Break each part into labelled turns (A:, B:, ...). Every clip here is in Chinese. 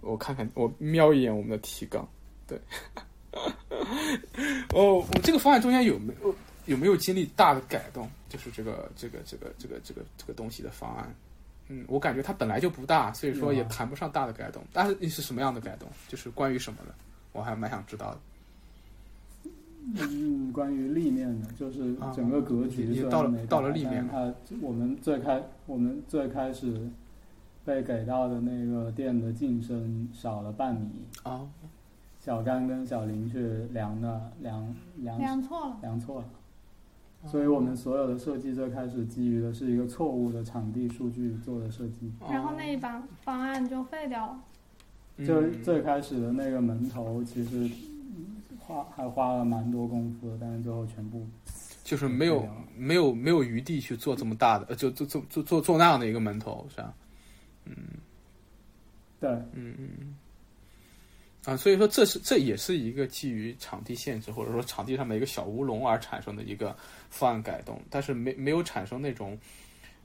A: 我看看，我瞄一眼我们的提纲，对。 哦，我这个方案中间有没有有没有经历大的改动？就是这个这个这个这个这个这个东西的方案，嗯，我感觉它本来就不大，所以说也谈不上大的改动。但是是什么样的改动？就是关于什么的，我还蛮想知道的。
B: 嗯，关于立面的，就是整个格局、
A: 啊也
B: 虽然
A: 到了
B: 没改
A: 到了立面了
B: 但是它我们最开我们最开始被给到的那个店的进深少了半米，
A: 哦，
B: 小甘跟小林去量的量量
C: 量错了，
B: 量错了，
A: 啊
B: 所以我们所有的设计最开始基于的是一个错误的场地数据做的设计，
A: 哦
C: 然后那一版方案就废掉了。
B: 就是
A: 嗯
B: 最开始的那个门头其实花还花了蛮多功夫的，但是最后全部
A: 就是没有
B: 对啊
A: 没有没有余地去做这么大的，呃，就做做做做做那样的一个门头，是吧？
B: 对。
A: 嗯嗯嗯。啊，所以说这是这也是一个基于场地限制或者说场地上的一个小乌龙而产生的一个方案改动，但是没没有产生那种，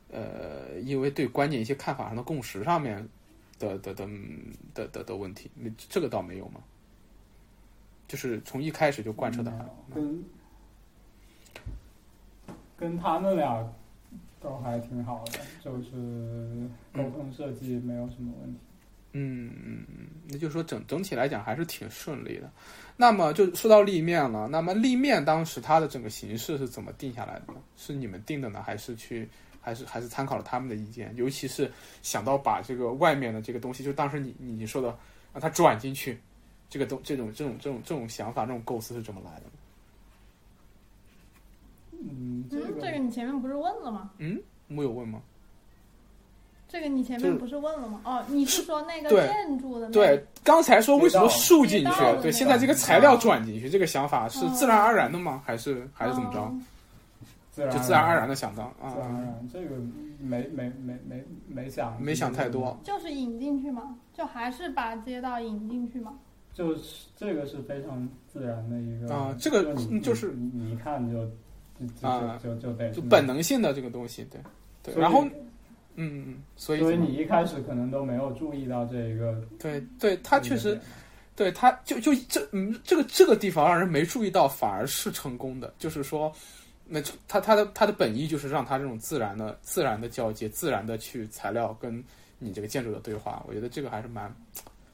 A: 呃，因为对观念一些看法上的共识上面的的的的的的问题，你这个倒没有吗？就是从一开始就贯彻的很，
B: 跟嗯跟他们俩都还挺好的，就是沟通设计没有什么问题。
A: 嗯嗯嗯，那就是说整整体来讲还是挺顺利的。那么就说到立面了，那么立面当时它的整个形式是怎么定下来的呢？是你们定的呢，还是去还是还是参考了他们的意见？尤其是想到把这个外面的这个东西，就当时你你你说的让它转进去，这个东这种这种这种这种想法、这种构思是怎么来的呢？
B: 嗯，这
C: 嗯，这个
B: 个
C: 你前面不是问了吗？
A: 木有问吗？
C: 这个你前
A: 就是
C: 面不是问了吗？哦，你是说那个
A: 对
C: 建筑
B: 嗯
C: 的那个
A: 对，刚才说为什么竖进
C: 没
A: 去
C: 道理？
A: 对，现在这个材料转进去，这个想法是
B: 嗯
A: 自然而然的吗？还是还是怎么着？
C: 嗯
B: 自然
A: 就自然而然的想到啊
B: 自。然而然，这个没没没没没想
A: 没想太多，
C: 就是引进去嘛，就还是把街道引进去嘛。
B: 就是这个是非常自然的一个
A: 啊这个
B: 就
A: 嗯
B: 你
A: 就是
B: 你你一看就就
A: 啊
B: 就就就得
A: 就是
B: 那
A: 本能性的这个东西，对对。
B: 嗯所以
A: 然后，嗯，嗯，所以
B: 所以
A: 怎么
B: 你一开始可能都没有注意到这一个，
A: 对对，他确实对他就就这嗯这个这个地方让人没注意到，反而是成功的，就是说。那就他他的他的本意就是让他这种自然的自然的交接，自然的去材料跟你这个建筑的对话，我觉得这个还是蛮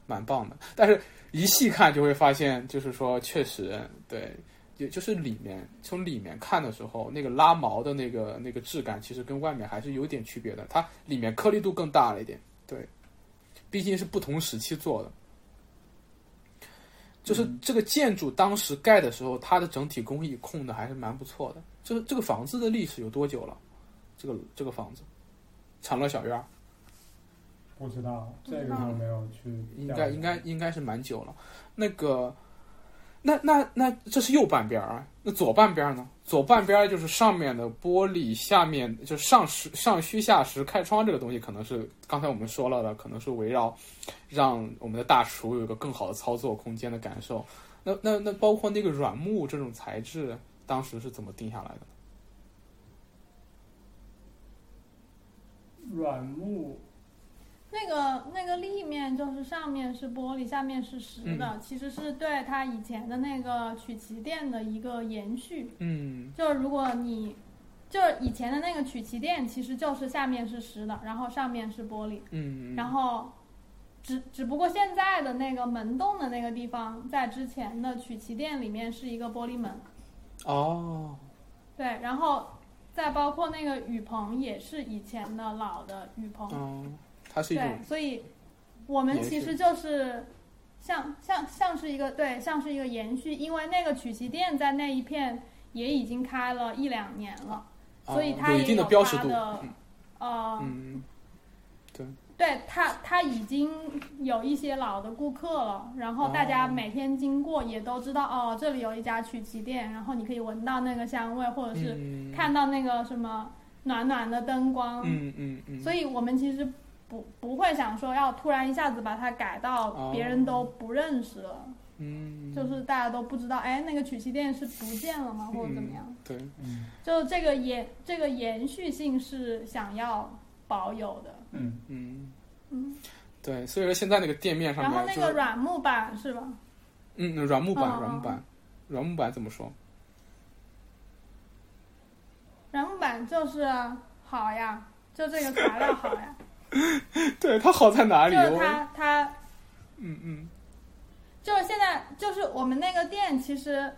A: 蛮棒的。但是，一细看就会发现，就是说，确实对，也就是里面从里面看的时候，那个拉毛的那个那个质感，其实跟外面还是有点区别的。它里面颗粒度更大了一点，对，毕竟是不同时期做的。就是这个建筑当时盖的时候，它的整体工艺控的还是蛮不错的。就是这个房子的历史有多久了？这个这个房子，长乐小院儿。
B: 不知道
C: 不知
B: 这
C: 道
B: 个就没有去
A: 应
B: 调
A: 该
B: 查
A: 应该应该是蛮久了。那个，那那那这是右半边儿啊，那左半边儿呢？左半边儿就是上面的玻璃，下面就是上实上虚下实开窗这个东西，可能是刚才我们说了的，可能是围绕让我们的大厨有一个更好的操作空间的感受。那那那包括那个软木这种材质，当时是怎么定下来的？
B: 软木
C: 那个那个立面就是上面是玻璃，下面是石的，
A: 嗯
C: 其实是对它以前的那个曲奇店的一个延续。
A: 嗯
C: 就是如果你就是以前的那个曲奇店，其实就是下面是石的，然后上面是玻璃，
A: 嗯，
C: 然后只只不过现在的那个门洞的那个地方，在之前的曲奇店里面是一个玻璃门，
A: 哦，
C: 对，然后再包括那个雨棚也是以前的老的雨棚，
A: 嗯，它是一种
C: 对，所以我们
A: 延续
C: 其实就是像像像是一个对，像是一个延续，因为那个曲奇店在那一片也已经开了一两年了，所以
A: 哦
C: 它
A: 有
C: 也
A: 一定
C: 有
A: 标识
C: 它
A: 度，
C: 的呃，
A: 嗯，
C: 对它它已经有一些老的顾客了，然后大家
A: 哦
C: 每天经过也都知道哦，这里有一家曲奇店，然后你可以闻到那个香味，或者是
A: 嗯
C: 看到那个什么暖暖的灯光，
A: 嗯嗯嗯，
C: 所以我们其实不不会想说要突然一下子把它改
A: 哦
C: 到别人都不认识了，
A: 嗯，
C: 就是大家都不知道，哎，那个曲奇店是不见了吗，或者怎么样？
A: 对，
B: 嗯
C: 就这个延这个延续性是想要保有的，
B: 嗯，
A: 嗯
C: 嗯，
A: 对，所以说现在那个店面上
C: 然后
A: 面
C: 那
A: 就
C: 个
A: 是
C: 软木板是吧？
A: 嗯，嗯软木板，
C: 哦
A: 软木板，软木板怎么说？
C: 软木板就是好呀，就这个材料好呀，
A: 对，它好在哪
C: 就
A: 里？
C: 是
A: 我
C: 它它
A: 嗯嗯
C: 就是现在，就是我们那个店其实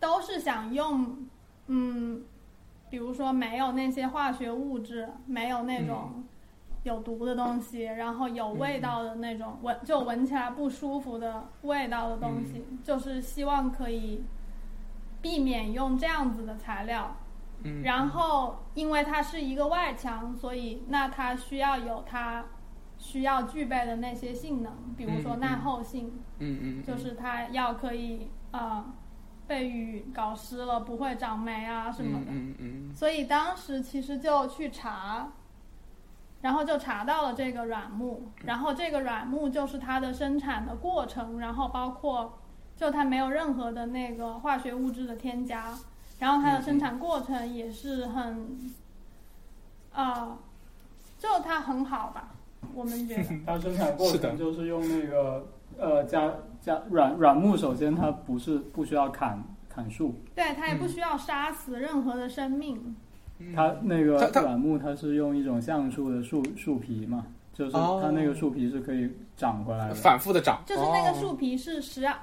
C: 都是想用，嗯，比如说没有那些化学物质，没有那种有毒的东西，然后有味道的那种闻，就闻起来不舒服的味道的东西，就是希望可以避免用这样子的材料。
A: 嗯，
C: 然后，因为它是一个外墙，所以那它需要有它需要具备的那些性能，比如说
A: 嗯嗯
C: 耐候性，
A: 嗯嗯，嗯
C: 就是它要可以呃被雨搞湿了不会长霉啊什么的。
A: 嗯嗯嗯
C: 所以当时其实就去查，然后就查到了这个软木，然后这个软木就是它的生产的过程，然后包括就它没有任何的那个化学物质的添加，然后它的生产过程也是很，啊、就它很好吧，我们觉得。
B: 它生产过
A: 是的
B: 程嗯就是用那个呃加加软软木，首先它不是不需要砍砍树，
C: 对，它也不
A: 嗯
C: 需要杀死任何的生命。
A: 嗯，
B: 它那个
A: 它它
B: 软木它是用一种橡树的树树皮嘛，就是
A: 哦
B: 它那个树皮是可以长回来的。
A: 反复的长，
C: 就是那个
A: 哦
C: 树皮是十二，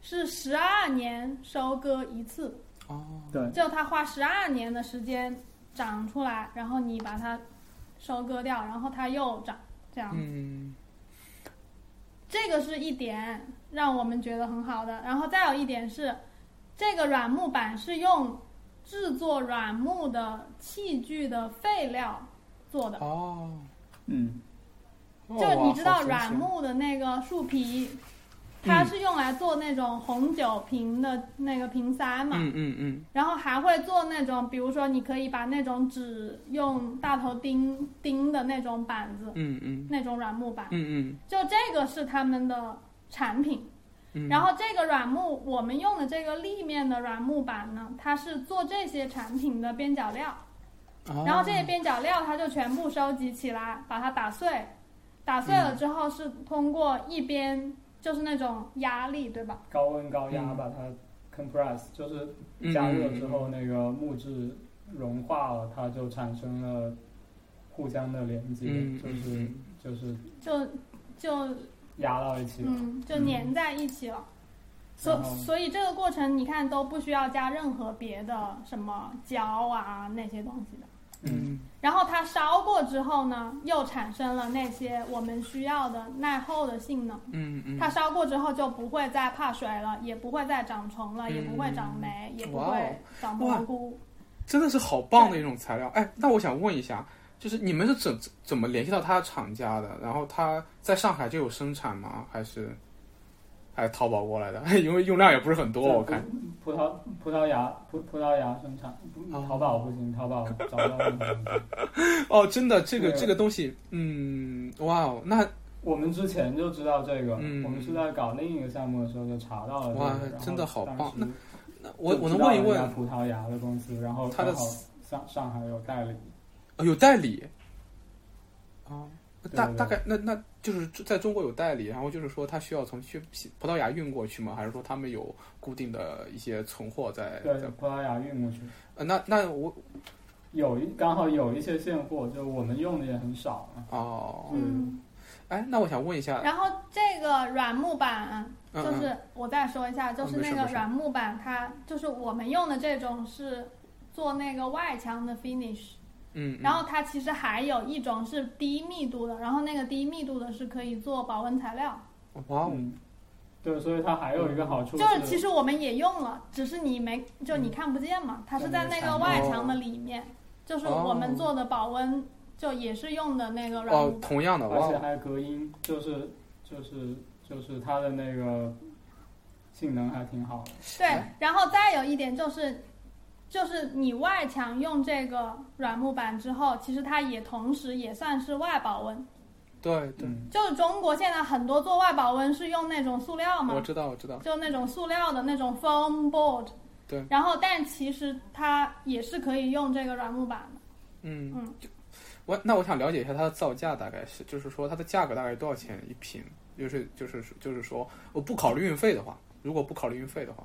C: 是十二年收割一次，
A: 哦，
B: 对，
C: 就它花十二年的时间长出来，然后你把它收割掉，然后它又长，这样。
A: 嗯
C: 这个是一点让我们觉得很好的。然后再有一点是，这个软木板是用制作软木的器具的废料做的。
A: 哦，
B: 嗯，
C: 就是你知道
A: 哇
C: 软，木的那个树皮，它是用来做那种红酒瓶的那个瓶塞
A: 好
C: 嘛，
A: 神奇嗯嗯嗯，
C: 然后还会做那种，比如说你可以把那种纸用大头钉钉的那种板子，
A: 嗯嗯
C: 那种软木板，
A: 嗯
C: 就这个是他们的产品。
A: 嗯，
C: 然
A: 后
C: 后这个软木，我们用的这个立面的软木板呢，它是做这些产品的边角料。
A: 哦嗯
C: 然后这些边角料它就全部收集起来，把它打碎，打碎了之后是通过一边就是那种压力，对吧？
B: 高温高压
A: 嗯
B: 把它 compress，就是加热之，后，那个木质融化了，它就产生了互相的连接，
A: 嗯嗯
B: 就是
A: 嗯
B: 就是
C: 就就
B: 压到一起了。
C: 嗯，就粘在一起了。所
B: 然后
C: 所以这个过程你看都不需要加任何别的什么胶啊那些东西的。
B: 嗯，
A: 嗯
C: 然后它烧过之后呢，又产生了那些我们需要的耐候的性能。
A: 嗯嗯，
C: 它烧过之后就不会再怕水了，也不会再长虫了，
A: 嗯
C: 也不会长霉，也不
A: 哇哦
C: 会长蘑菇。
A: 真的是好棒的一种材料。哎，那我想问一下，就是你们是怎怎么联系到它的厂家的？然后它在上海就有生产吗？还是还是淘宝过来的？ 因为用量也不是很多，
B: 在
A: 我看。
B: 葡葡萄葡萄牙葡葡萄牙生产，不
A: 哦
B: 淘宝不行，淘宝找不到那个东西。
A: 哦，真的，这个
B: 对
A: 这个东西，嗯，哇哦，那
B: 我们之前就知道这个，
A: 嗯
B: 我们是在搞另一个项目的时候就查到了这个。
A: 哇
B: 然后
A: 真的好棒
B: 当时
A: 那那我
B: 就
A: 我
B: 知
A: 能
B: 道
A: 问一
B: 人家
A: 问，
B: 葡萄牙的公司，然后
A: 它的
B: 刚好上上海有代理，
A: 哦有代理？哦，那大
B: 对对
A: 大概那那就是在中国有代理，然后就是说它需要从去西葡萄牙运过去吗？还是说他们有固定的一些存货在
B: 对
A: 在？
B: 葡萄牙运过去。
A: 呃，那那我
B: 有一刚好有一些现货，就我们用的也很少嘛。
A: 哦，
C: 嗯，
A: 哎，那我想问一下，
C: 然后这个软木板，
A: 嗯哦
C: 就、是我再说一下，就是
A: 没事
C: 那个
A: 没事
C: 软木板，它就是我们用的这种是做那个外墙的 finish，
A: 嗯，嗯
C: 然后它其实还有一种是低密度的，然后那个低密度的是可以做保温材料，
A: 嗯哇哦，
B: 嗯，对，所以它还有一个好处
C: 就是其
B: 实
C: 实我们也用了，只是你没就
A: 嗯
C: 你看不见嘛，它是在那个外墙的里面，就是我们做的保温，就也是用的那个软
A: 哦
C: 木，板，
A: 同样的，哇
B: 而且
A: 哦，
B: 还隔音，就是就是就是它的那个性能还挺好的。
A: 哎
C: 对，
A: 嗯
C: 然后再有一点就是。就是你外墙用这个软木板之后，其实它也同时也算是外保温。
A: 对对，
B: 嗯，
C: 就是中国现在很多做外保温是用那种塑料嘛
A: 我，知道我知道，
C: 就那种塑料的那种 foam board。
A: 对。
C: 然后，但其实它也是可以用这个软木板的。
A: 嗯，
C: 嗯
A: 就我那我想了解一下它的造价大概是，就是说它的价格大概多少钱一瓶？就是就是就是说，我不考虑运费的话，如果不考虑运费的话，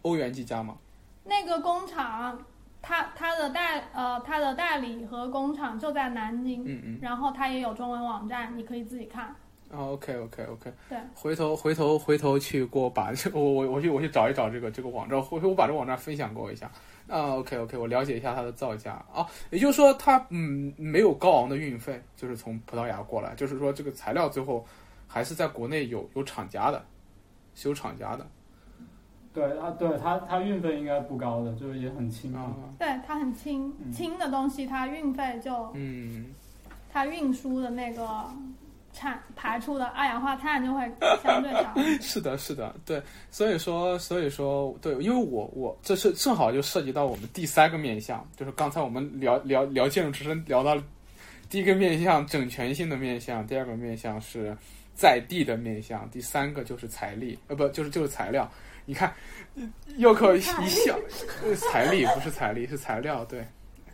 A: 欧元计价吗？
C: 那个工厂，它它的代呃它的代理和工厂就在南京，
A: 嗯嗯。
C: 然后它也有中文网站，你可以自己看。
A: 哦，OK OK OK，
C: 对，
A: 回头回头回头去给我把这 我我我去我去找一找这个这个网站，回头我把这个网站分享给我一下。啊，OK OK，我了解一下它的造价啊，也就是说它嗯没有高昂的运费，就是从葡萄牙过来，就是说这个材料最后还是在国内有有厂家的，是有厂家的
B: 对啊，对它它运费应该不高的，就是也很轻
A: 啊
B: 嘛。，
C: 对，它很轻，
B: 嗯
C: 轻的东西它运费就
A: 嗯，
C: 它运输的那个产排出的二氧化碳就会相对少。
A: 是的，是的，对，所以说，所以说，对，因为我我这是正好就涉及到我们第三个面向，就是刚才我们聊聊聊建筑之声聊到了第一个面向整全性的面向，第二个面向是在地的面向，第三个就是财力，呃，不，就是就是材料。你看，又可一笑，呃财力 不是财力，是材料，对，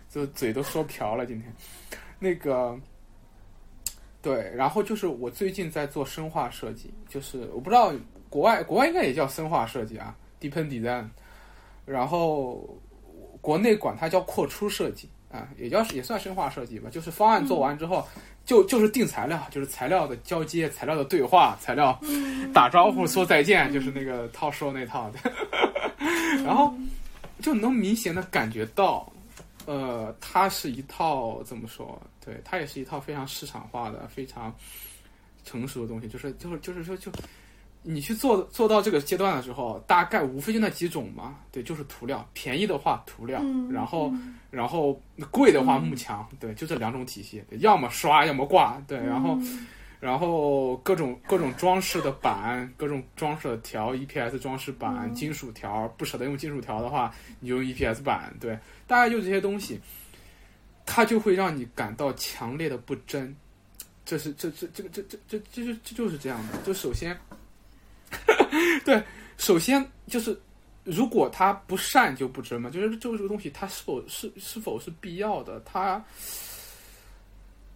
A: 就嘴都说瓢了今天。那个，对，然后就是我最近在做生化设计，就是我不知道国外国外应该也叫生化设计啊，depend design，然后国内管它叫扩出设计啊，也叫也算生化设计吧，就是方案做完之后，就就是定材料，就是材料的交接、材料的对话、材料
C: 嗯，
A: 打招呼、说再见，就是那个套说那套的。 然后就能明显的感觉到，呃，它是一套怎么说？对，它也是一套非常市场化的、非常成熟的东西。就是就是就是说，就你去做做到这个阶段的时候，大概无非就那几种嘛。对，就是涂料，便宜的话涂料，
C: 嗯，
A: 然后
C: 嗯
A: 然后贵的话幕墙，对，就这两种体系，要么刷，要么挂，对，然后。
C: 嗯
A: 然后各种各种装饰的板，各种装饰的条，EPS 装饰板、
C: 嗯
A: 金属条，不舍得用金属条的话，你就用 EPS 板，对，大概就这些东西，它就会让你感到强烈的不真，这是这这这这这这这这这就是这样的，就首先， 对，首先就是。如果它不善就不真嘛，就是就是这个东西它是否是是否是必要的，它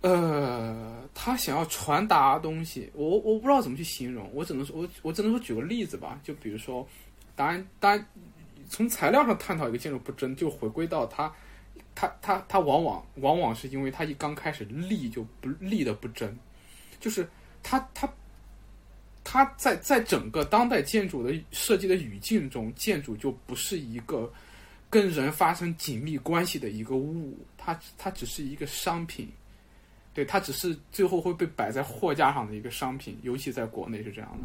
A: 呃，他想要传达的东西，我我不知道怎么去形容，我只能说，我我只能说举个例子吧，就比如说，当然，当然，从材料上探讨一个建筑不真，就回归到它，它它它往往往往是因为它一刚开始立就不立的不真，就是它它它在在整个当代建筑的设计的语境中，建筑就不是一个跟人发生紧密关系的一个物，它它只是一个商品。对，它只是最后会被摆在货架上的一个商品，尤其在国内是这样的。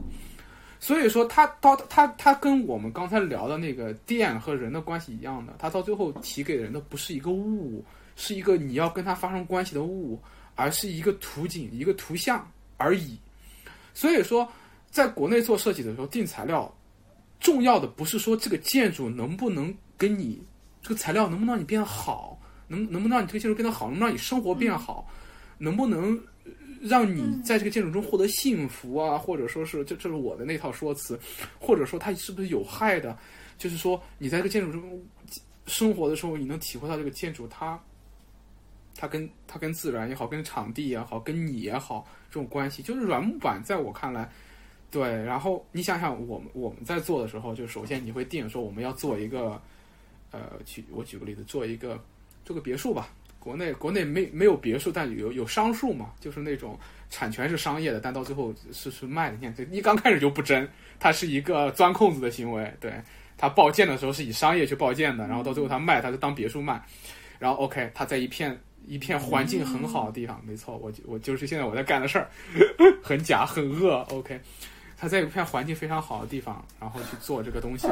A: 所以说它，到它它跟我们刚才聊的那个店和人的关系一样的，它到最后提给人的不是一个物，是一个你要跟它发生关系的物，而是一个图景、一个图像而已。所以说，在国内做设计的时候，定材料重要的不是说这个建筑能不能跟你这个材料能不能让你变好，能能不能让你这个建筑变得好，能不能让你生活变好，能不能呃让你
C: 嗯
A: 在这个建筑中获得幸福啊，或者说是这这是我的那套说辞，或者说它是不是有害的，就是说你在这个建筑中生活的时候，你能体会到这个建筑它。它跟它跟自然也好，跟场地也好，跟你也好，这种关系，就是软木板，在我看来，对。然后你想想，我们我们在做的时候，就首先你会定说我们要做一个，呃，举我举个例子，做一个做个别墅吧。国内国内没没有别墅，但有有商墅嘛，就是那种产权是商业的，但到最后是是卖的。你看，这一刚开始就不真，它是一个钻空子的行为。对，它报建的时候是以商业去报建的，然后到最后它卖，它是当别墅卖。然后 OK，它在一片一片环境很好的地方，没错，我就我就是现在我在干的事儿， 很假很恶。OK，他在一片环境非常好的地方，然后去做这个东西，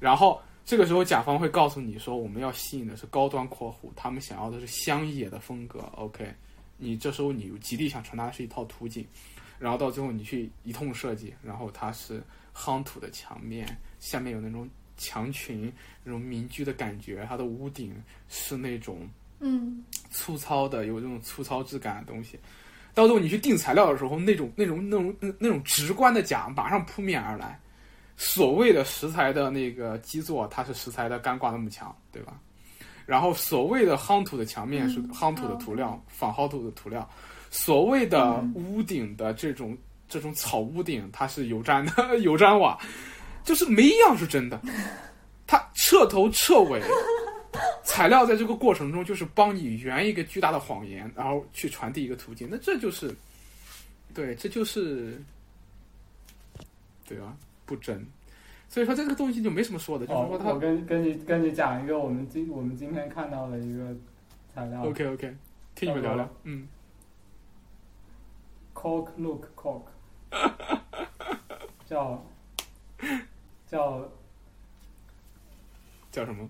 A: 然后这个时候甲方会告诉你说，我们要吸引的是高端客户，他们想要的是乡野的风格。OK，你这时候你极力想传达的是一套图景，然后到最后你去一通设计，然后它是夯土的墙面，下面有那种墙群，那种民居的感觉，它的屋顶是那种。
C: 嗯，
A: 粗糙的，有这种粗糙质感的东西。到时候你去定材料的时候，那种那种那种那那种直观的假马上扑面而来。所谓的石材的那个基座，它是石材的干挂的幕墙，对吧？然后所谓的夯土的墙面是夯土的涂料，仿夯土的涂料，所谓的屋顶的这种这种草屋顶，它是油毡的 油毡瓦，就是没一样是真的。它彻头彻尾，材料在这个过程中就是帮你圆一个巨大的谎言，然后去传递一个途径。那这就是，对，这就是，对吧？不真。所以说这个东西就没什么说的，就是
B: 哦
A: 说，它
B: 我跟跟你跟你讲一个我们今我们今天看到的一个材料
A: OK OK，听你哦们聊聊，嗯，
B: c o k Look c o k 叫叫
A: 叫什么？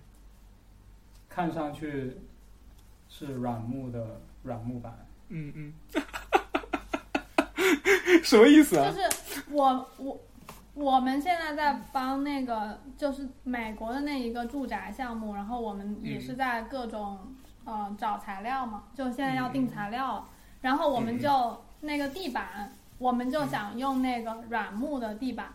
B: 看上去是软木的软木板，
A: 嗯嗯， 什么意思
C: 就
A: 啊？
C: 是我我我们现在在帮那个就是美国的那一个住宅项目，然后我们也是在各种、呃找材料嘛，就现在要定材料
A: 嗯
C: 了，然后我们就、那个地板，我们就想用那个软木的地板，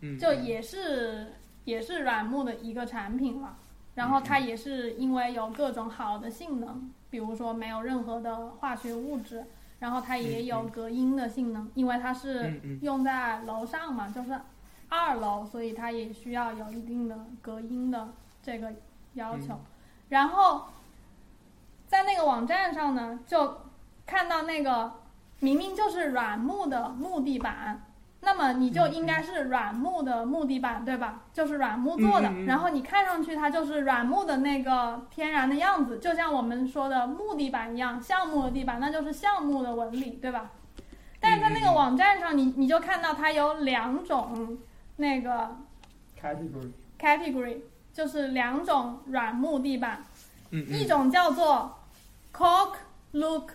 A: 嗯，
C: 就也是也是软木的一个产品了。然
A: 嗯
C: 后它也是因为有各种好的性能，比如说没有任何的化学物质，然后它也有隔音的性能，因为它
A: 嗯嗯
C: 是用在楼上嘛，就是二楼，所以它也需要有一定的隔音的这个要求。
A: 嗯
C: 然后在那个网站上呢，就看到那个明明就是软木的木地板，那么你就应该是软木的木地板，对吧？就是软木做的，
A: 嗯嗯嗯嗯
C: 然后你看上去它就是软木的那个天然的样子，就像我们说的木地板一样，橡木的地板那就是橡木的纹理，对吧？但是在
A: 嗯
C: 那个网站上你，你就看到它有两种那个
B: category
C: category，就是两种软木地板，
A: 嗯
C: 一
A: 嗯，
C: 种叫做 cork look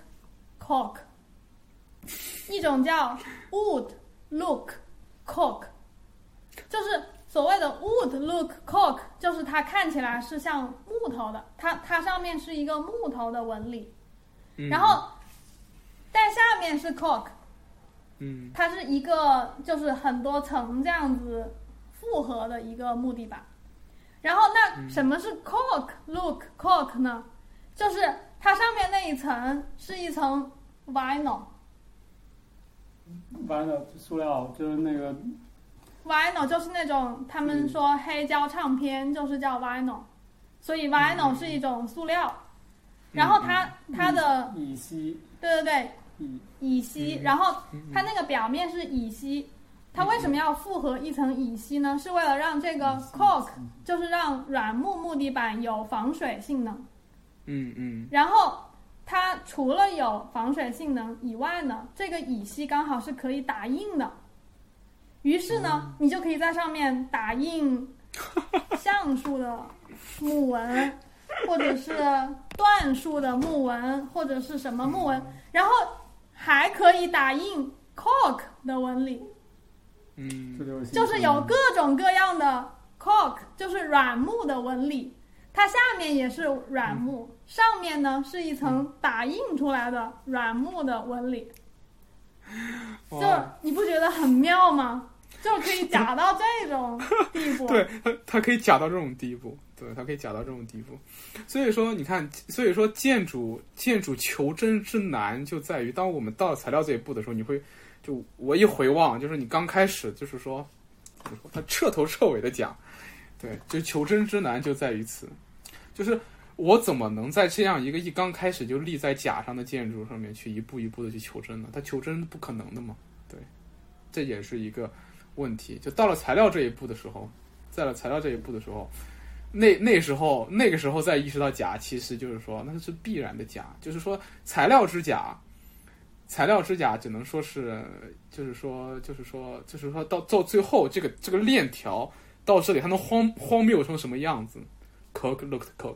C: cork，一种叫 wood look cork，就是所谓的 wood look cork，就是它看起来是像木头的，它它上面是一个木头的纹理，
A: 嗯
C: 然后但下面是 cork，
A: 嗯
C: 它是一个就是很多层这样子复合的一个木地板。然后
A: 嗯
C: 那什么是 cork look cork 呢？就是它上面那一层是一层 vinyl
B: 完了塑料就是那个
C: vinyl 就是那种他
A: 嗯
C: 们说黑胶唱片就是叫 vinyl，所
A: 嗯
C: 以 vinyl 是一种塑料。然后它
A: 嗯
C: 它的
B: 乙烯
C: 对对对
B: 乙
C: 乙烯，
A: 嗯
C: 然后
A: 嗯
C: 它那个表面是乙烯，它为什么要复合一层乙烯呢？是为了让这个 cork 就是让软木木地板有防水性能。
A: 嗯嗯
C: 然后它除了有防水性能以外呢，这个乙烯刚好是可以打印的。于是呢，你就可以在上面打印 橡树的木纹，或者是椴树的木纹，或者是什么木纹，然后还可以打印 cork 的纹理。
A: 嗯
B: 这
A: 嗯
B: 就是
C: 就是有各种各样的 cork，就是软木的纹理，它下面也是软木，上面呢是一层打印出来的软木的纹理，
A: 哦
C: 就是你不觉得很妙吗？就可以假到这种地 步，
A: 对，它它可以假到这种地步，对，它可以假到这种地步。所以说，你看，所以说建筑建筑求真之难就在于，当我们到了材料这一步的时候，你会就我一回望，就是你刚开始就是说，怎么说他彻头彻尾的讲，对，就求真之难就在于此，就是。我怎么能在这样一个一刚开始就立在甲上的建筑上面去一步一步的去求真呢？它求真不可能的嘛，对，这也是一个问题。就到了材料这一步的时候，在了材料这一步的时候，那那时候那个时候再意识到假，其实就是说那是必然的假，就是说材料之假，材料之假只能说是就是说就是说就是说到到最后这个这个链条到这里，它能荒荒谬成什么样子？Cook looked cook，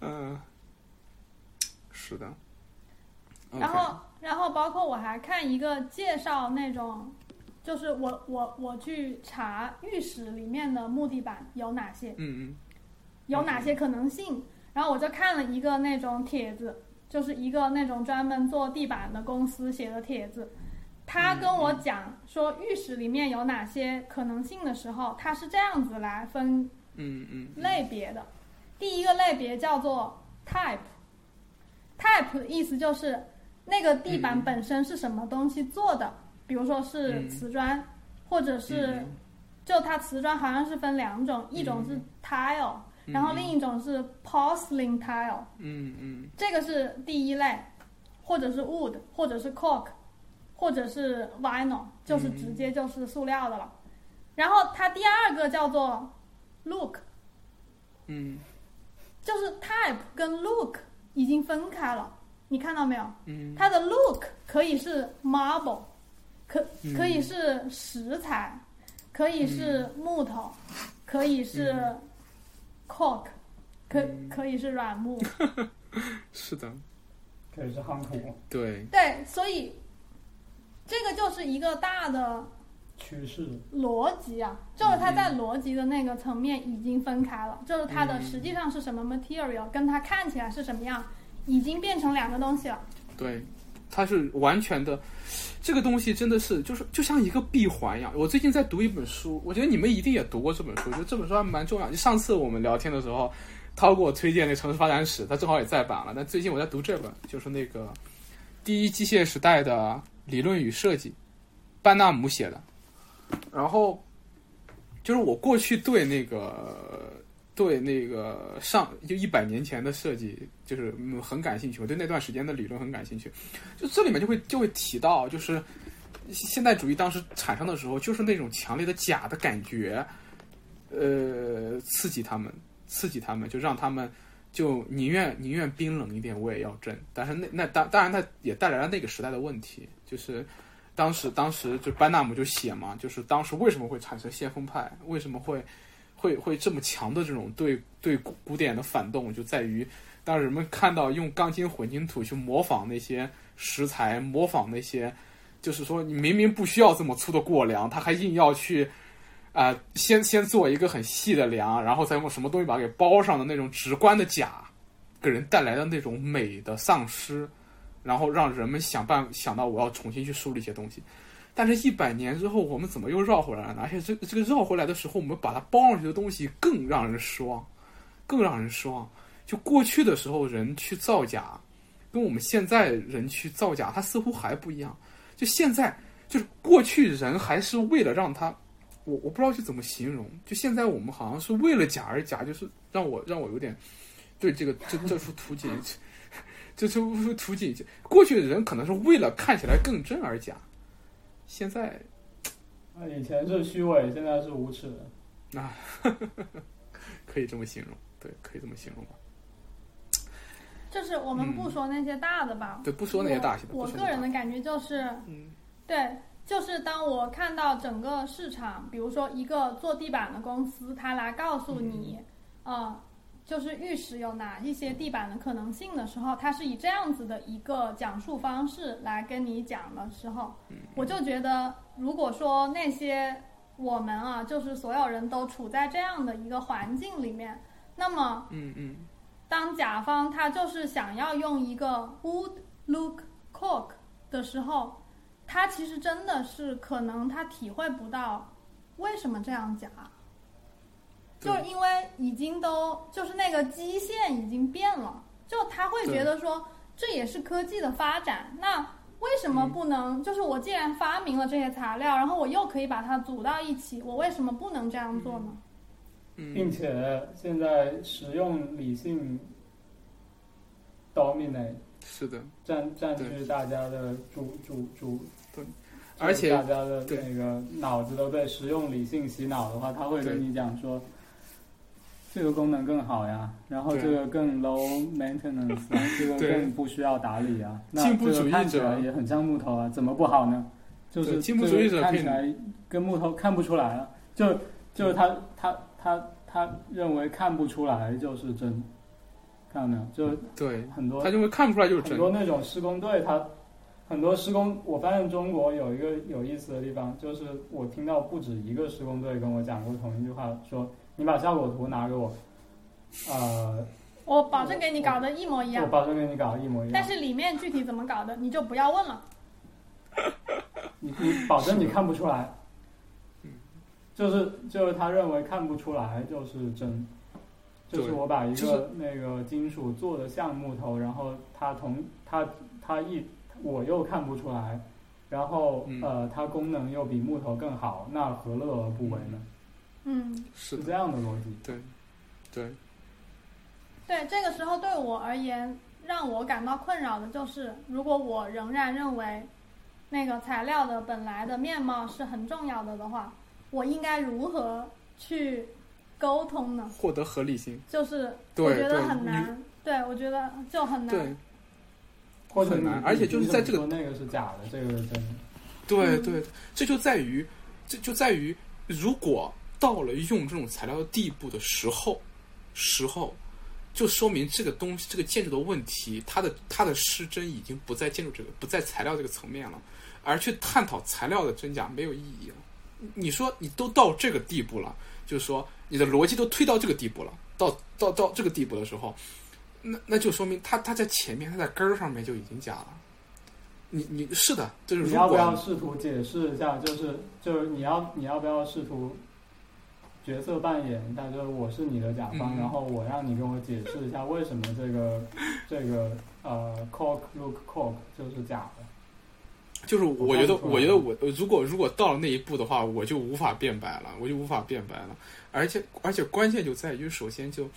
A: 嗯、是的。嗯
C: 然后，然后包括我还看一个介绍那种，就是我我我去查浴室里面的木地板有哪些，
A: 嗯
C: 有哪些可能性。然后我就看了一个那种帖子，就是一个那种专门做地板的公司写的帖子。他
A: 嗯
C: 跟我讲说浴室里面有哪些可能性的时候，他是这样子来分
A: 嗯嗯嗯
C: 类别的。第一个类别叫做 type。type 的意思就是那个地板
A: 嗯
C: 本身是什么东西做的，比如说是
A: 嗯
C: 瓷砖，或者是
A: 嗯
C: 就它瓷砖好像是分两种，一种是 tile，然后另一种是 porcelain tile，
A: 嗯嗯
C: 这个是第一类，或者是 wood，或者是 cork，或者是 vinyl，就是
A: 嗯
C: 直接就是塑料的了。然后它第二个叫做 look，
A: 嗯
C: 就是 type 跟 look 已经分开了，你看到没有？
A: 嗯
C: 它的 look 可以是 marble，可
A: 嗯
C: 可以是石材，可以是木头，可以是 cork，可
A: 嗯
C: 可以是软木。
A: 是的，
B: 可以是夯土
A: 对，
C: 对，所以这个就是一个大的
B: 趋势，
C: 逻辑啊，就是它在逻辑的那个层面已经分开了，就是它的
A: 嗯
C: 实际上是什么 material，跟它看起来是什么样，已经变成两个东西了。
A: 对，它是完全的，这个东西真的是就是就像一个闭环一样。我最近在读一本书，我觉得你们一定也读过这本书，就这本书还蛮重要。就上次我们聊天的时候，涛给我推荐那《城市发展史》，他正好也在版了。但最近我在读这本，就是那个《第一机械时代的理论与设计》，班纳姆写的。然后就是我过去对那个。对那个上就一百年前的设计，就是嗯很感兴趣，我对那段时间的理论很感兴趣。就这里面就会就会提到，就是现代主义当时产生的时候，就是那种强烈的假的感觉，呃，刺激他们，刺激他们，就让他们就宁愿宁愿冰冷一点，我也要真。但是那那当当然，它也带来了那个时代的问题，就是当时当时就班纳姆就写嘛，就是当时为什么会产生先锋派，为什么会会会这么强的这种对对古古典的反动，就在于当人们看到用钢筋混凝土去模仿那些食材，模仿那些，就是说你明明不需要这么粗的过梁，他还硬要去，啊、先先做一个很细的梁，然后再用什么东西把它给包上的那种直观的假，给人带来的那种美的丧失，然后让人们想办想到我要重新去梳理一些东西。但是，一百年之后，我们怎么又绕回来了呢？而且这这个绕回来的时候，我们把它包上去的东西更让人失望，更让人失望。就过去的时候人去造假，跟我们现在人去造假，它似乎还不一样。就现在，就是过去人还是为了让他，我我不知道去怎么形容。就现在我们好像是为了假而假，就是让我让我有点对这个这这幅图景，这这幅图景，过去的人可能是为了看起来更真而假，现在
B: 那啊以前是虚伪，现在是无耻，
A: 可以这么形容，对，可以这么形容吧。
C: 就是我们不说那些大的吧，
A: 嗯对，不说那些大型的，
C: 我
A: 不说
C: 我
A: 那
C: 个
A: 些
C: 人
A: 大
C: 的感觉就是，
A: 嗯
C: 对，就是当我看到整个市场，比如说一个做地板的公司，它来告诉你，呃，就是玉石有哪一些地板的可能性的时候，它是以这样子的一个讲述方式来跟你讲的时候，我就觉得，如果说那些我们啊，就是所有人都处在这样的一个环境里面，那么。
A: 嗯嗯
C: 当甲方他就是想要用一个 would look cork 的时候，他其实真的是可能他体会不到为什么这样讲，
A: 对
C: 就是因为已经都就是那个基线已经变了，就他会觉得说这也是科技的发展，那为什么不能？就是我既然发明了这些材料，然后我又可以把它组到一起，我为什么不能这样做呢？
A: 嗯
B: 并且现在实用理性 dominate
A: 是的，
B: 占占
A: 对
B: 据大家的主主主，
A: 对
B: 主
A: 而且
B: 大家的
A: 对
B: 那个脑子都被实用理性洗脑的话，他会
A: 对
B: 跟你讲说。这个功能更好呀，然后
A: 对
B: 这个更 low maintenance，啊这个
A: 对
B: 更不需要打理啊。那
A: 进步
B: 这个
A: 主义
B: 看起来
A: 者
B: 也很像木头啊，怎么不好呢？就是
A: 对进步
B: 这个
A: 主义者
B: 看
A: 可以
B: 起来跟木头看不出来啊，就就是他
A: 嗯
B: 他他他认为看不出来就是真，看到没有？就
A: 对，
B: 很多
A: 他就会看不出来就是
B: 很
A: 真。
B: 多那种施工队，他很多施工，我发现中国有一个有意思的地方，就是我听到不止一个施工队跟我讲过同一句话，说你把效果图拿给我，呃，
C: 我保证给你搞得一模一样
B: 我。保证跟你搞得一模一样
C: 但，是里面具体怎么搞的，你就不要问了。
B: 你你保证你看不出来
A: 嗯，
B: 就是就是他认为看不出来就是真，就是我把一
A: 就是
B: 个那个金属做的像木头，然后它同它它一我又看不出来，然后、
A: 嗯
B: 呃它功能又比木头更好，那何乐而不为呢？
C: 嗯，
A: 是
B: 是
A: 的，
B: 这样的逻辑。
A: 对，对，
C: 对，这个时候对我而言，让我感到困扰的就是，如果我仍然认为那个材料的本来的面貌是很重要的的话，我应该如何去沟通呢？
A: 获得合理性，
C: 就是
A: 对
C: 我觉得
A: 对
C: 很
A: 你
C: 难，对我觉得就很难。
A: 对，
B: 或者
A: 很
B: 你
A: 难而且就是在这个
B: 你怎么说那个是假的，这个是真的。
A: 对
C: 嗯
A: 对，这就在于，这就在于，如果到了用这种材料的地步的时候，时候，就说明这个东西，这个建筑的问题，它的它的失真已经不在建筑这个，不在材料这个层面了，而去探讨材料的真假没有意义了。你你说你都到这个地步了，就是说你的逻辑都推到这个地步了，到到到这个地步的时候，那那就说明它它在前面，它在根儿上面就已经假了。你你是的，就是
B: 你
A: 如
B: 要不
A: 果
B: 要试图解释一下？就是就是你要你要不要试图角色扮演一下？就是我是你的甲方，
A: 嗯
B: 然后我让你跟我解释一下为什么这个这个呃 cork look cork 就是假的。
A: 就是我觉得，
B: 我
A: 我
B: 看
A: 觉
B: 得出来啊
A: 得我如果如果到了那一步的话，我就无法辩白了，我就无法辩白了。而且而且关键就在于，首先就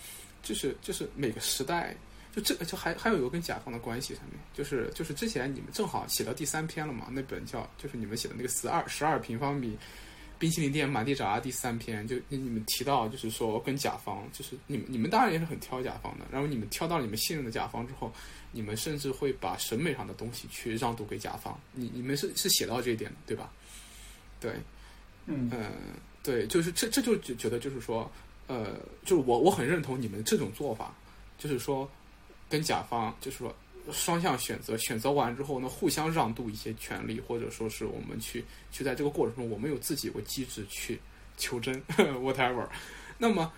A: 就是就是每个时代，就这个就还还有一个跟甲方的关系上面，就是就是之前你们正好写到第三篇了嘛，那本叫就是你们写的那个十二十二平方米冰淇淋店满地找啊第三篇，就你们提到就是说跟甲方，就是你们你们当然也是很挑甲方的，然后你们挑到你们信任的甲方之后，你们甚至会把审美上的东西去让渡给甲方，你你们是是写到这一点的，对吧？对，
B: 嗯，
A: 嗯，对，就是这这就觉觉得就是说，呃，就是我我很认同你们这种做法，就是说跟甲方就是说双向选择，选择完之后呢，互相让渡一些权利，或者说是我们去去在这个过程中，我们有自己有个机制去求真 ，whatever。那么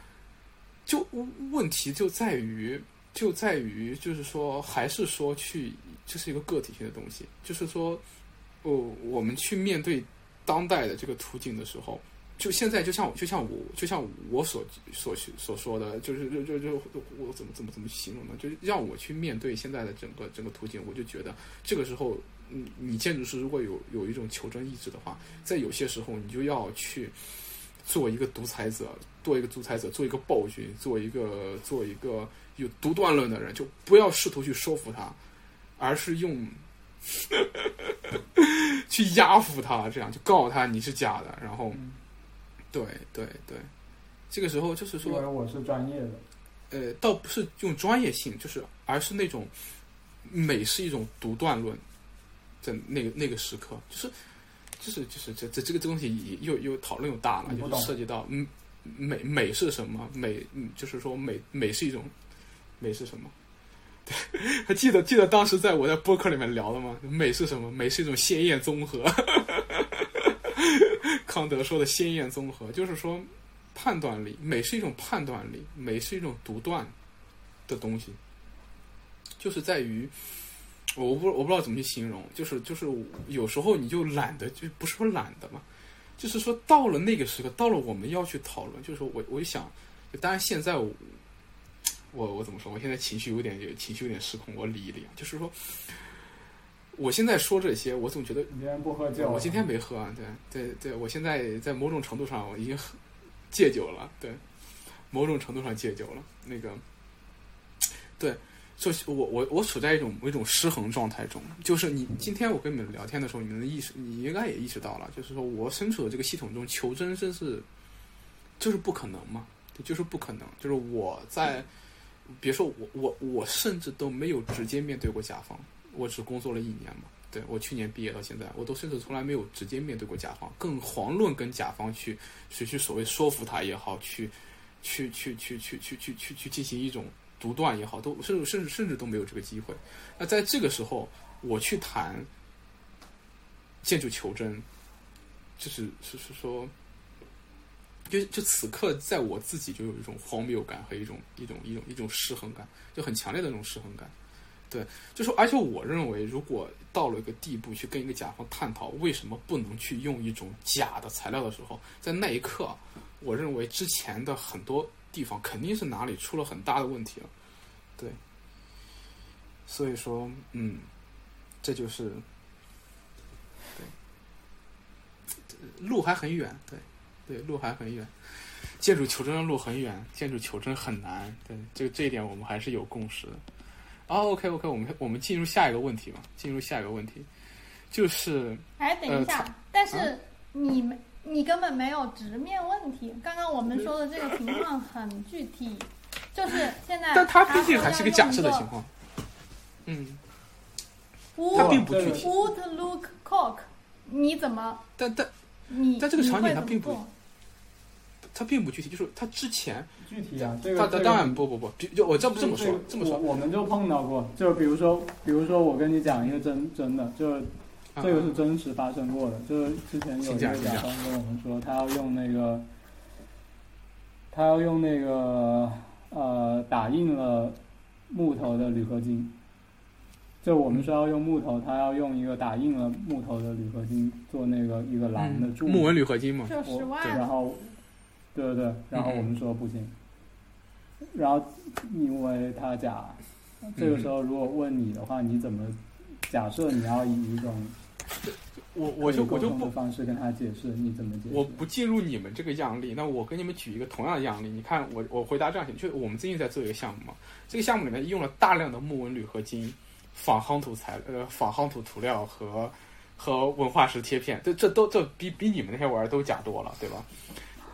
A: 就问题就在于。就在于，就是说，还是说去，这是一个个体性的东西。就是说，哦，我们去面对当代的这个途径的时候，就现在就像就像我就像我所所所说的，就是就就就我怎么怎么怎么形容呢？就是让我去面对现在的整个整个途径，我就觉得这个时候，你你建筑师如果有有一种求真意志的话，在有些时候你就要去做一个独裁者，做一个独裁者，做一个暴君，做一个做一个有独断论的人，就不要试图去说服他，而是用 去压服他，这样就告诉他你是假的，然后
B: 嗯
A: 对对对，这个时候就是
B: 因
A: 说
B: 为，我是专业的，
A: 呃，倒不是用专业性，就是而是那种美是一种独断论的那个那个时刻，就是就是就是这这这个东西又又讨论又大了，
B: 你不
A: 就
B: 懂
A: 是涉及到嗯美美是什么？美嗯就是说美美是一种美是什么？ 对，还记得记得当时在我在播客里面聊的吗？美是什么？美是一种鲜艳综合。 康德说的鲜艳综合，就是说判断力，美是一种判断力，美是一种独断的东西，就是在于。我不我不知道怎么去形容，就是就是有时候你就懒得，就不是说懒得嘛，就是说到了那个时刻，到了我们要去讨论，就是说我我就想，当然现在我我我怎么说？我现在情绪有点有情绪有点失控，我理一理啊，就是说，我现在说这些，我总觉得
B: 你今天不喝酒，
A: 我今天没喝啊，对对对，我现在在某种程度上我已经喝戒酒了，对，某种程度上戒酒了。那个，对，就是我我我处在一种一种失衡状态中，就是你今天我跟你们聊天的时候，你们的意识你应该也意识到了，就是说我身处的这个系统中求真真是就是不可能嘛，对，就是不可能，就是我在。别说我我我甚至都没有直接面对过甲方，我只工作了一年嘛。对我去年毕业到现在，我都甚至从来没有直接面对过甲方，更遑论跟甲方去去去所谓说服他也好，去去去去去去去去去进行一种独断也好，都甚至甚至甚至都没有这个机会。那在这个时候，我去谈建筑求真，就是是是说，就就此刻在我自己就有一种荒谬感和一种一种一种一种失衡感，就很强烈的那种失衡感。对，就是而且我认为，如果到了一个地步去跟一个甲方探讨为什么不能去用一种假的材料的时候，在那一刻，我认为之前的很多地方，肯定是哪里出了很大的问题了。对，所以说，嗯，这就是对，路还很远，对，对，路还很远，建筑求真的路很远，建筑求真很难，对，这这一点我们还是有共识的。哦，OK，OK，我们我们进入下一个问题吧，进入下一个问题，就是
C: 哎，等一下，
A: 呃
C: 但是你没、你根本没有直面问题。刚刚我们说的这个情况很具体，就是现在，
A: 但它
C: 它
A: 毕竟还是个假设的情
C: 况。
A: 况。嗯，它并
C: Would
A: 不具体。
C: would look cock，你怎么
A: 但但
C: 你？
A: 但这个
C: 你
A: 场
C: 会
A: 景它
C: 怎么
A: 并不
C: 做
A: 它并不具体，就是它之前，
B: 具体啊，这个
A: 它
B: 这
A: 它
B: 个
A: 当然不不不，比就我这不这么
B: 这
A: 说
B: 个，
A: 这么说，
B: 我我们就碰到过，就比如说，比如说我跟你讲一个真真的，就是
A: 啊
B: 这个是真实发生过的，就是之前有一
A: 请
B: 个
A: 讲
B: 甲
C: 啊
A: 请讲
B: 方跟我们说，他要用那个，他要用那个呃打印了木头的铝合金，就我们说要用木头，他要用一个打印了木头的铝合金做那个一个狼的
A: 嗯
B: 柱子，
A: 木纹铝合金嘛，
C: 就
B: 我
C: 十
B: 对然
C: 万，
B: 后，对对对，然后我们说不行，然后因为他假，这
A: 嗯
B: 个时候如果问你的话，你怎么假设你要以一种
A: 我我就
B: 可
A: 我
B: 以
A: 就
B: 沟通
A: 不
B: 的方式跟他解释，你怎么解释？
A: 我不进入你们这个样例，那我给你们举一个同样的样例。你看我，我回答这样行，就是我们最近在做一个项目嘛，这个项目里面用了大量的木纹铝合金、仿夯土材呃仿夯土涂料和和文化石贴片，这这都这比比你们那些玩意儿都假多了，对吧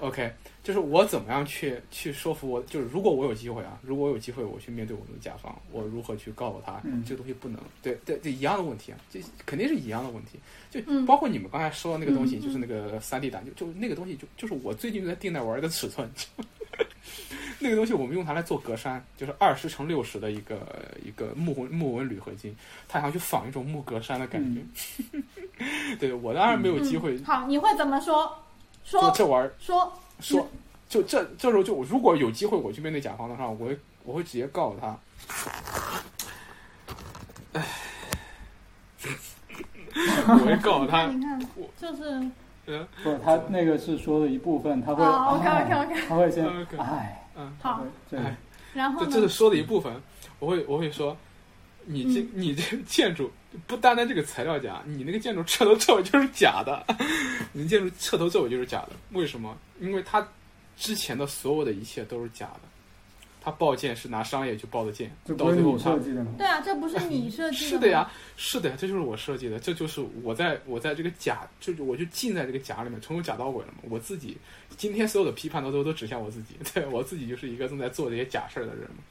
A: ？OK，就是我怎么样去去说服我，就是如果我有机会啊，如果我有机会，我去面对我们的甲方，我如何去告诉他、
B: 嗯
A: 这个东西不能？对对对，一样的问题啊，这肯定是一样的问题。就
C: 嗯
A: 包括你们刚才说的那个东西，
C: 嗯
A: 就是那个三 D 打，就就那个东西就就是我最近在定在玩的尺寸， 那个东西我们用它来做格栅，就是二十乘六十的一个一个木纹木纹铝合金，它想去仿一种木格栅的感觉。 对我当然没有机会，
C: 嗯好，你会怎么说？
A: 就
C: 说
A: 这玩意儿
C: 说，
A: 说，就这这时候就我如果有机会我去面对甲方的话，我会我会直接告诉 他，哎，我会告诉他，
C: 你看
A: 我，
C: 就是
A: 嗯
B: 不，他那个是说的一部分，他会
C: 哦，OK
B: 哎
C: OK OK，
B: 他会先
A: OK
B: 哎，
A: 嗯，
C: 好，
B: 对，这个
A: 哎
C: 然后
A: 这
C: 呢？
A: 这是说的一部分，我会我会说，你
B: 嗯
A: 这、你这个建筑不单单这个材料假，你那个建筑彻头彻尾就是假的， 你建筑彻头彻尾就是假的，为什么？因为它之前的所有的一切都是假的，它报建是拿商业去报的建
B: 这，不
A: 到
B: 是
A: 最后它
B: 你设计的吗？
C: 对啊，这不是你设计
A: 是
C: 的
A: 的
C: 吗
A: 呀，，是的呀，这就是我设计的，这就是我在我在这个假，就是我就浸在这个假里面，从头假到尾了嘛。我 自己今天所有的批判都都都指向我自己，对我自己就是一个正在做这些假事儿的人嘛。